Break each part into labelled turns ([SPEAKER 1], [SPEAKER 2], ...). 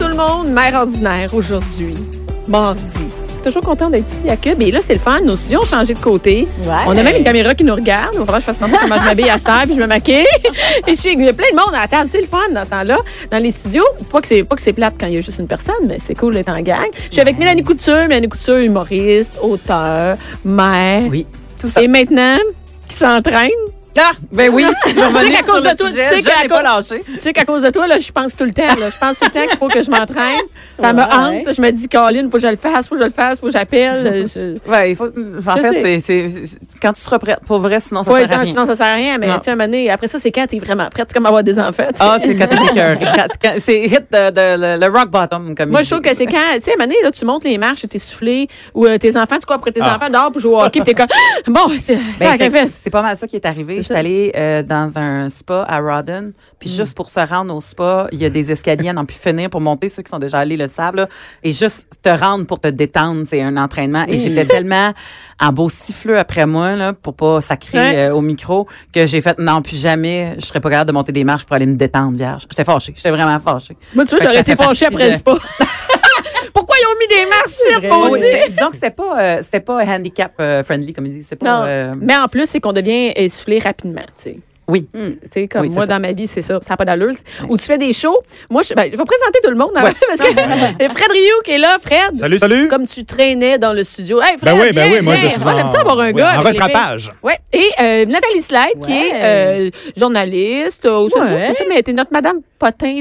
[SPEAKER 1] le monde, mère ordinaire aujourd'hui, mardi. Toujours content d'être ici à Cube. Et là, c'est le fun. Nos studios ont changé de côté.
[SPEAKER 2] Ouais.
[SPEAKER 1] On a même une caméra qui nous regarde. Il faudra que je fasse attention comment je m'habille à cette heure, puis je me maquille. Et je suis, il y a plein de monde à la table. C'est le fun dans ce temps-là. Dans les studios, pas que c'est, pas que c'est plate quand il y a juste une personne, mais c'est cool d'être en gang. Je suis avec Mélanie Couture. Mélanie Couture, humoriste, auteur, mère.
[SPEAKER 2] Oui.
[SPEAKER 1] Tout ça. Et maintenant, qui s'entraîne.
[SPEAKER 3] Ah, ben oui, si vous
[SPEAKER 1] Tu sais
[SPEAKER 3] revenez
[SPEAKER 1] qu'à
[SPEAKER 3] sur
[SPEAKER 1] cause
[SPEAKER 3] le
[SPEAKER 1] de toi, tu
[SPEAKER 3] sujet,
[SPEAKER 1] sais
[SPEAKER 3] je
[SPEAKER 1] qu'à
[SPEAKER 3] n'ai
[SPEAKER 1] cause-
[SPEAKER 3] pas lâché.
[SPEAKER 1] Tu sais qu'à cause de toi, là, je pense tout le temps. Là. Je pense tout le temps qu'il faut que je m'entraîne. Ça me
[SPEAKER 2] Ouais.
[SPEAKER 1] hante. Je me dis, Colin, faut que je le fasse, faut que je le fasse, faut que j'appelle. Je-
[SPEAKER 3] Ouais, il faut, en
[SPEAKER 1] Je
[SPEAKER 3] fait,
[SPEAKER 1] sais.
[SPEAKER 3] c'est- c'est c'est- quand tu seras prête, pour vrai, sinon ça
[SPEAKER 1] Ouais,
[SPEAKER 3] sert à
[SPEAKER 1] non,
[SPEAKER 3] rien.
[SPEAKER 1] sinon, ça sert à rien. Mais
[SPEAKER 3] Non.
[SPEAKER 1] tu sais, à un moment donné, après ça, c'est quand t'es vraiment prête. C'est comme avoir des enfants. tu sais.
[SPEAKER 3] Ah, c'est quand t'es écœuré. Quand- quand- C'est hit de, de- le, le rock bottom, comme
[SPEAKER 1] Moi,
[SPEAKER 3] ils
[SPEAKER 1] je trouve
[SPEAKER 3] disent.
[SPEAKER 1] que c'est quand, tu sais, à un moment donné, là, tu montes les marches, t'es soufflé, ou euh, tes enfants, tu cours après tes enfants dehors pour jouer au hockey, puis t'es comme, bon, c'est
[SPEAKER 3] Ah. Ben,
[SPEAKER 1] ça
[SPEAKER 3] c'est-
[SPEAKER 1] qu'elle fait.
[SPEAKER 3] c'est pas mal ça qui est arrivé. Je suis allée euh, dans un spa à Rodden. Puis
[SPEAKER 1] Mm.
[SPEAKER 3] juste pour se rendre au spa, il y a des escaliers à n'en plus finir pour monter. Ceux qui sont déjà allés le sable. et juste te rendre pour te détendre, c'est un entraînement. Et j'étais tellement en beau siffleux après moi, là, pour pas sacrer
[SPEAKER 1] Ouais.
[SPEAKER 3] euh, au micro, que j'ai fait non, plus jamais, je serais pas capable de monter des marches pour aller me détendre, vierge. J'étais fâchée. J'étais vraiment fâchée.
[SPEAKER 1] Moi, tu vois,
[SPEAKER 3] Fait que
[SPEAKER 1] j'aurais
[SPEAKER 3] ça
[SPEAKER 1] été
[SPEAKER 3] fait
[SPEAKER 1] fâchée
[SPEAKER 3] partie
[SPEAKER 1] après le
[SPEAKER 3] de-
[SPEAKER 1] spa. Pourquoi ils ont mis des marches, shit,
[SPEAKER 3] Oh,
[SPEAKER 1] maudit?
[SPEAKER 3] c'était- disons que c'était pas, euh, c'était pas handicap euh, friendly, comme ils disent. C'est pas.
[SPEAKER 1] Non.
[SPEAKER 3] euh,
[SPEAKER 1] Mais Hmm. en plus, c'est qu'on devient essoufflé rapidement, tu sais.
[SPEAKER 3] oui.
[SPEAKER 1] Tu sais, comme
[SPEAKER 3] Oui, c'est
[SPEAKER 1] moi,
[SPEAKER 3] ça.
[SPEAKER 1] dans ma vie, c'est ça. Ça n'a pas d'allure. Ou tu fais des shows. Moi, je, ben, je vais présenter tout le monde. avant, parce que Fred Rioux qui est là. Fred.
[SPEAKER 4] Salut, salut.
[SPEAKER 1] Comme tu traînais dans le studio. Hey, Fred,
[SPEAKER 4] ben oui, ben
[SPEAKER 1] viens,
[SPEAKER 4] oui, moi je
[SPEAKER 1] viens.
[SPEAKER 4] suis
[SPEAKER 1] Moi, j'aime ça avoir un
[SPEAKER 4] oui,
[SPEAKER 1] gars.
[SPEAKER 4] en
[SPEAKER 1] avec les
[SPEAKER 4] rattrapage.
[SPEAKER 1] filles. Ouais. Et euh, Nathalie Slide, qui est euh, journaliste. euh, au studio,
[SPEAKER 2] Ouais.
[SPEAKER 1] c'est ça, mais t'es notre Madame Potin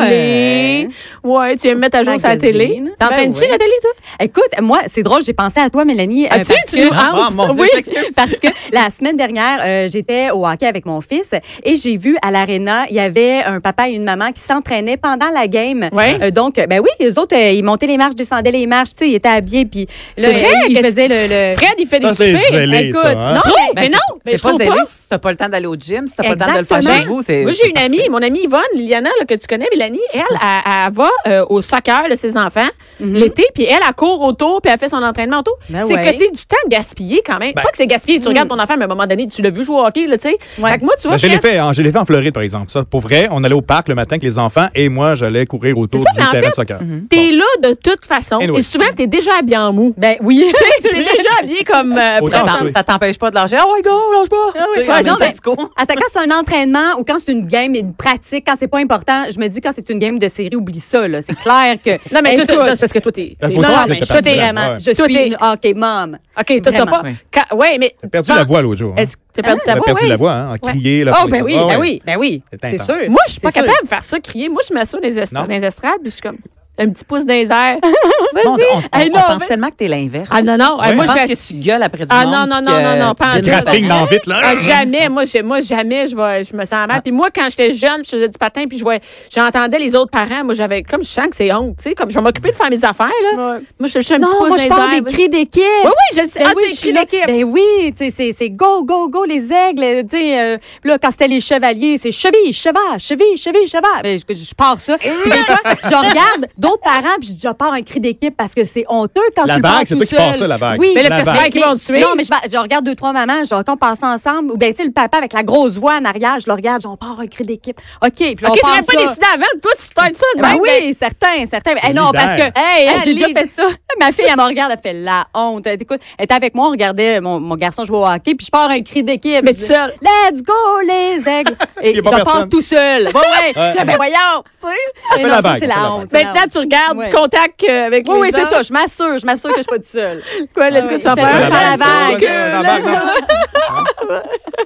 [SPEAKER 1] télé. Ouais, tu aimes mettre à jour sa
[SPEAKER 2] Magazine.
[SPEAKER 1] télé. T'es en train
[SPEAKER 2] Ben
[SPEAKER 1] de chier,
[SPEAKER 2] ouais.
[SPEAKER 1] Nathalie, toi?
[SPEAKER 2] Écoute, moi, c'est drôle, j'ai pensé à toi, Mélanie. euh,
[SPEAKER 1] Ah, tu-
[SPEAKER 2] parce
[SPEAKER 1] tu
[SPEAKER 2] que-
[SPEAKER 1] nous hantes.
[SPEAKER 3] Ah, mon Dieu,
[SPEAKER 2] oui,
[SPEAKER 3] je m'excuse.
[SPEAKER 2] parce que la semaine dernière, euh, j'étais au hockey avec mon fils et j'ai vu à l'aréna, il y avait un papa et une maman qui s'entraînaient pendant la game.
[SPEAKER 1] Ouais.
[SPEAKER 2] Euh, donc, ben oui, les autres, euh, ils montaient les marches, descendaient les marches, tu sais, ils étaient habillés, puis là,
[SPEAKER 1] C'est vrai
[SPEAKER 2] ils
[SPEAKER 1] que-
[SPEAKER 2] faisaient le... le-
[SPEAKER 1] Fred, il fait
[SPEAKER 4] Ça,
[SPEAKER 1] des
[SPEAKER 4] c'est
[SPEAKER 1] soupers.
[SPEAKER 4] zélé,
[SPEAKER 1] Écoute,
[SPEAKER 4] ça, hein?
[SPEAKER 1] Non, mais,
[SPEAKER 3] Ben,
[SPEAKER 1] non,
[SPEAKER 3] c'est-
[SPEAKER 1] mais je
[SPEAKER 3] C'est pas
[SPEAKER 1] trouve
[SPEAKER 3] zélé
[SPEAKER 1] pas.
[SPEAKER 3] si t'as pas le temps d'aller au gym, si t'as pas le temps de le faire
[SPEAKER 2] Exactement.
[SPEAKER 3] chez vous. c'est-
[SPEAKER 1] Moi, j'ai une amie, mon amie Yvonne, Liliana, là, que tu connais, Mélanie, elle, elle, elle va euh, au soccer de ses enfants l'été, puis elle, elle court autour, puis elle fait son entraînement autour.
[SPEAKER 2] Ben
[SPEAKER 1] c'est
[SPEAKER 2] ouais.
[SPEAKER 1] que c'est du temps gaspillé quand même.
[SPEAKER 4] Ben.
[SPEAKER 1] Pas que c'est gaspillé, tu regardes ton enfant, mais à un moment donné, tu l'as vu jouer au hockey, là, tu sais.
[SPEAKER 2] Ouais.
[SPEAKER 1] Fait que moi, tu vois,
[SPEAKER 4] Ben, je l'ai
[SPEAKER 1] Fred,
[SPEAKER 4] fait, en- je l'ai fait en Floride, par exemple. Ça. Pour vrai, on allait au parc le matin avec les enfants et moi, j'allais courir autour
[SPEAKER 1] C'est ça,
[SPEAKER 4] du
[SPEAKER 1] mais en
[SPEAKER 4] terrain
[SPEAKER 1] fait- Mhm.
[SPEAKER 4] de soccer.
[SPEAKER 1] t'es là de toute façon,
[SPEAKER 4] Anyway.
[SPEAKER 1] et souvent, t'es déjà habillé en mou.
[SPEAKER 2] Ben oui.
[SPEAKER 1] t'es déjà habillé comme... euh,
[SPEAKER 4] Autant
[SPEAKER 1] prétendant.
[SPEAKER 4] se-
[SPEAKER 3] Ça t'empêche pas de lâcher. Ah ouais, go, lâche pas.
[SPEAKER 1] Ah oui,
[SPEAKER 3] Tu sais,
[SPEAKER 1] ouais,
[SPEAKER 3] en
[SPEAKER 1] non,
[SPEAKER 3] même
[SPEAKER 2] mais-
[SPEAKER 3] temps, tu cours.
[SPEAKER 2] Attends, Ah, quand c'est un entraînement ou quand c'est une game, une pratique, quand c'est pas important, je me dis quand c'est une game de série, oublie ça, là. C'est clair que.
[SPEAKER 1] non, mais toi,
[SPEAKER 2] Écoute,
[SPEAKER 1] toi, c'est parce que toi, t'es...
[SPEAKER 4] Ben,
[SPEAKER 1] t'es-
[SPEAKER 4] faut
[SPEAKER 2] Non,
[SPEAKER 4] Toi,
[SPEAKER 2] non,
[SPEAKER 4] t'es
[SPEAKER 2] mais
[SPEAKER 4] parti
[SPEAKER 2] toi, t'es
[SPEAKER 4] là,
[SPEAKER 2] vraiment.
[SPEAKER 4] ouais.
[SPEAKER 2] Je
[SPEAKER 1] Toi,
[SPEAKER 2] suis
[SPEAKER 1] t'es-
[SPEAKER 2] une hockey mom. Oh,
[SPEAKER 1] OK, toi, tu vas
[SPEAKER 2] Vraiment,
[SPEAKER 1] pas...
[SPEAKER 3] oui.
[SPEAKER 1] Quand- Ouais, mais...
[SPEAKER 4] J'ai perdu
[SPEAKER 1] tu
[SPEAKER 4] la
[SPEAKER 1] penses-
[SPEAKER 4] voix l'autre jour. hein.
[SPEAKER 1] Est-ce que t'as perdu
[SPEAKER 4] J'ai
[SPEAKER 1] la voix?
[SPEAKER 4] perdu
[SPEAKER 1] oui?
[SPEAKER 4] la voix, hein, à crier. Là,
[SPEAKER 2] Oh,
[SPEAKER 4] pour les
[SPEAKER 2] ben oui,
[SPEAKER 4] enfants.
[SPEAKER 2] ben
[SPEAKER 4] Ah ouais.
[SPEAKER 2] oui, ben oui.
[SPEAKER 4] C'est
[SPEAKER 2] C'est
[SPEAKER 4] intense.
[SPEAKER 2] sûr.
[SPEAKER 1] Moi, je suis pas
[SPEAKER 2] C'est sûr.
[SPEAKER 1] capable de faire ça, crier. Moi, je m'assois dans les, est-
[SPEAKER 4] Non.
[SPEAKER 1] dans les estrades, puis je suis comme un petit pouce dans les airs.
[SPEAKER 3] Bon, on-
[SPEAKER 1] Vas-y.
[SPEAKER 3] on-
[SPEAKER 1] Hey,
[SPEAKER 3] On
[SPEAKER 1] non,
[SPEAKER 3] pense
[SPEAKER 1] mais-
[SPEAKER 3] tellement que t'es l'inverse.
[SPEAKER 1] Ah non, non. Hey,
[SPEAKER 4] Ouais.
[SPEAKER 1] moi,
[SPEAKER 3] Je
[SPEAKER 1] je
[SPEAKER 3] pense
[SPEAKER 1] vais...
[SPEAKER 3] que tu gueules après du
[SPEAKER 1] Ah
[SPEAKER 3] monde,
[SPEAKER 1] non, non,
[SPEAKER 3] puis
[SPEAKER 1] non,
[SPEAKER 3] que
[SPEAKER 1] non, non,
[SPEAKER 3] tu
[SPEAKER 1] pas en
[SPEAKER 3] donnes
[SPEAKER 1] tout.
[SPEAKER 3] la
[SPEAKER 4] Grappling
[SPEAKER 3] valeur.
[SPEAKER 4] dans vite, là.
[SPEAKER 1] Ah, jamais, moi, je, moi jamais, je, vais, je me sens mal. Puis moi, quand j'étais jeune, puis je faisais du patin, puis je voyais- j'entendais les autres parents, moi, j'avais comme je sens que c'est honte, tu sais, comme je vais m'occuper de faire mes affaires, là. Moi, je je suis un petit
[SPEAKER 2] Non,
[SPEAKER 1] pouce
[SPEAKER 2] moi,
[SPEAKER 1] dans
[SPEAKER 2] je
[SPEAKER 1] les
[SPEAKER 2] parle
[SPEAKER 1] airs.
[SPEAKER 2] des cris d'équipe.
[SPEAKER 1] Oui, oui, je sais.
[SPEAKER 2] Ben
[SPEAKER 1] Ah,
[SPEAKER 2] oui,
[SPEAKER 1] tu
[SPEAKER 2] je
[SPEAKER 1] sais,
[SPEAKER 2] suis
[SPEAKER 1] cris
[SPEAKER 2] là.
[SPEAKER 1] d'équipe.
[SPEAKER 2] Ben oui, tu sais, c'est- c'est go, go, go, les aigles. Tu sais, euh, puis là, quand c'était les chevaliers, c'est cheville, cheval, cheville, cheville, cheval. Ben, je, je pars ça. Puis des fois, je regarde d'autres parents, puis je dis, je pars un cri d'équipe parce que c'est honteux quand
[SPEAKER 4] La
[SPEAKER 2] tu le
[SPEAKER 4] vague,
[SPEAKER 2] pars tout
[SPEAKER 4] c'est toi qui
[SPEAKER 2] seul.
[SPEAKER 4] pars ça, la vague.
[SPEAKER 2] Oui,
[SPEAKER 4] Mais
[SPEAKER 1] le
[SPEAKER 2] la
[SPEAKER 1] personnel
[SPEAKER 2] vague.
[SPEAKER 1] qui va se tuer.
[SPEAKER 2] Non, mais je, vais- je regarde deux, trois mamans, genre, qu'on passe ensemble, ou ben, tu sais, le papa avec la grosse voix en arrière, je le regarde, genre, on part un cri d'équipe. OK, puis là,
[SPEAKER 1] OK,
[SPEAKER 2] on
[SPEAKER 1] c'est
[SPEAKER 2] part
[SPEAKER 1] même pas
[SPEAKER 2] ça.
[SPEAKER 1] décidé avant. Toi, tu startes ça. de
[SPEAKER 2] Ben
[SPEAKER 1] même,
[SPEAKER 2] oui, certain, certain. Eh non,
[SPEAKER 4] leader.
[SPEAKER 2] parce que
[SPEAKER 1] Hey,
[SPEAKER 2] hey,
[SPEAKER 1] elle
[SPEAKER 2] j'ai déjà
[SPEAKER 1] lead.
[SPEAKER 2] fait ça. Ma fille, elle me regarde, elle fait la honte. Elle, écoute, elle était avec moi, on regardait mon, mon garçon jouer au hockey, puis je pars un cri d'équipe.
[SPEAKER 1] Mais tout seul.
[SPEAKER 2] Let's go, les aigles. Et
[SPEAKER 4] Il y
[SPEAKER 2] je
[SPEAKER 4] a pas
[SPEAKER 2] pars
[SPEAKER 4] personne.
[SPEAKER 2] tout seul. Ouais, ouais.
[SPEAKER 4] Ouais.
[SPEAKER 2] Je dis, ben voyons, tu sais. Mais
[SPEAKER 4] la
[SPEAKER 2] non, ça,
[SPEAKER 4] vague,
[SPEAKER 2] c'est
[SPEAKER 4] on fait
[SPEAKER 2] la
[SPEAKER 4] la
[SPEAKER 2] honte.
[SPEAKER 4] vague.
[SPEAKER 2] c'est la
[SPEAKER 1] Maintenant,
[SPEAKER 2] honte.
[SPEAKER 1] tu regardes,
[SPEAKER 2] Ouais.
[SPEAKER 1] tu contact euh, avec
[SPEAKER 2] Oui,
[SPEAKER 1] les
[SPEAKER 2] oui, c'est
[SPEAKER 1] autres.
[SPEAKER 2] ça. Je m'assure, je m'assure que je suis pas toute seule.
[SPEAKER 1] Quoi, là, ce que tu vas
[SPEAKER 2] Fais-le
[SPEAKER 1] faire?
[SPEAKER 2] faire la
[SPEAKER 4] Ah,
[SPEAKER 2] vague.
[SPEAKER 4] la vague, non.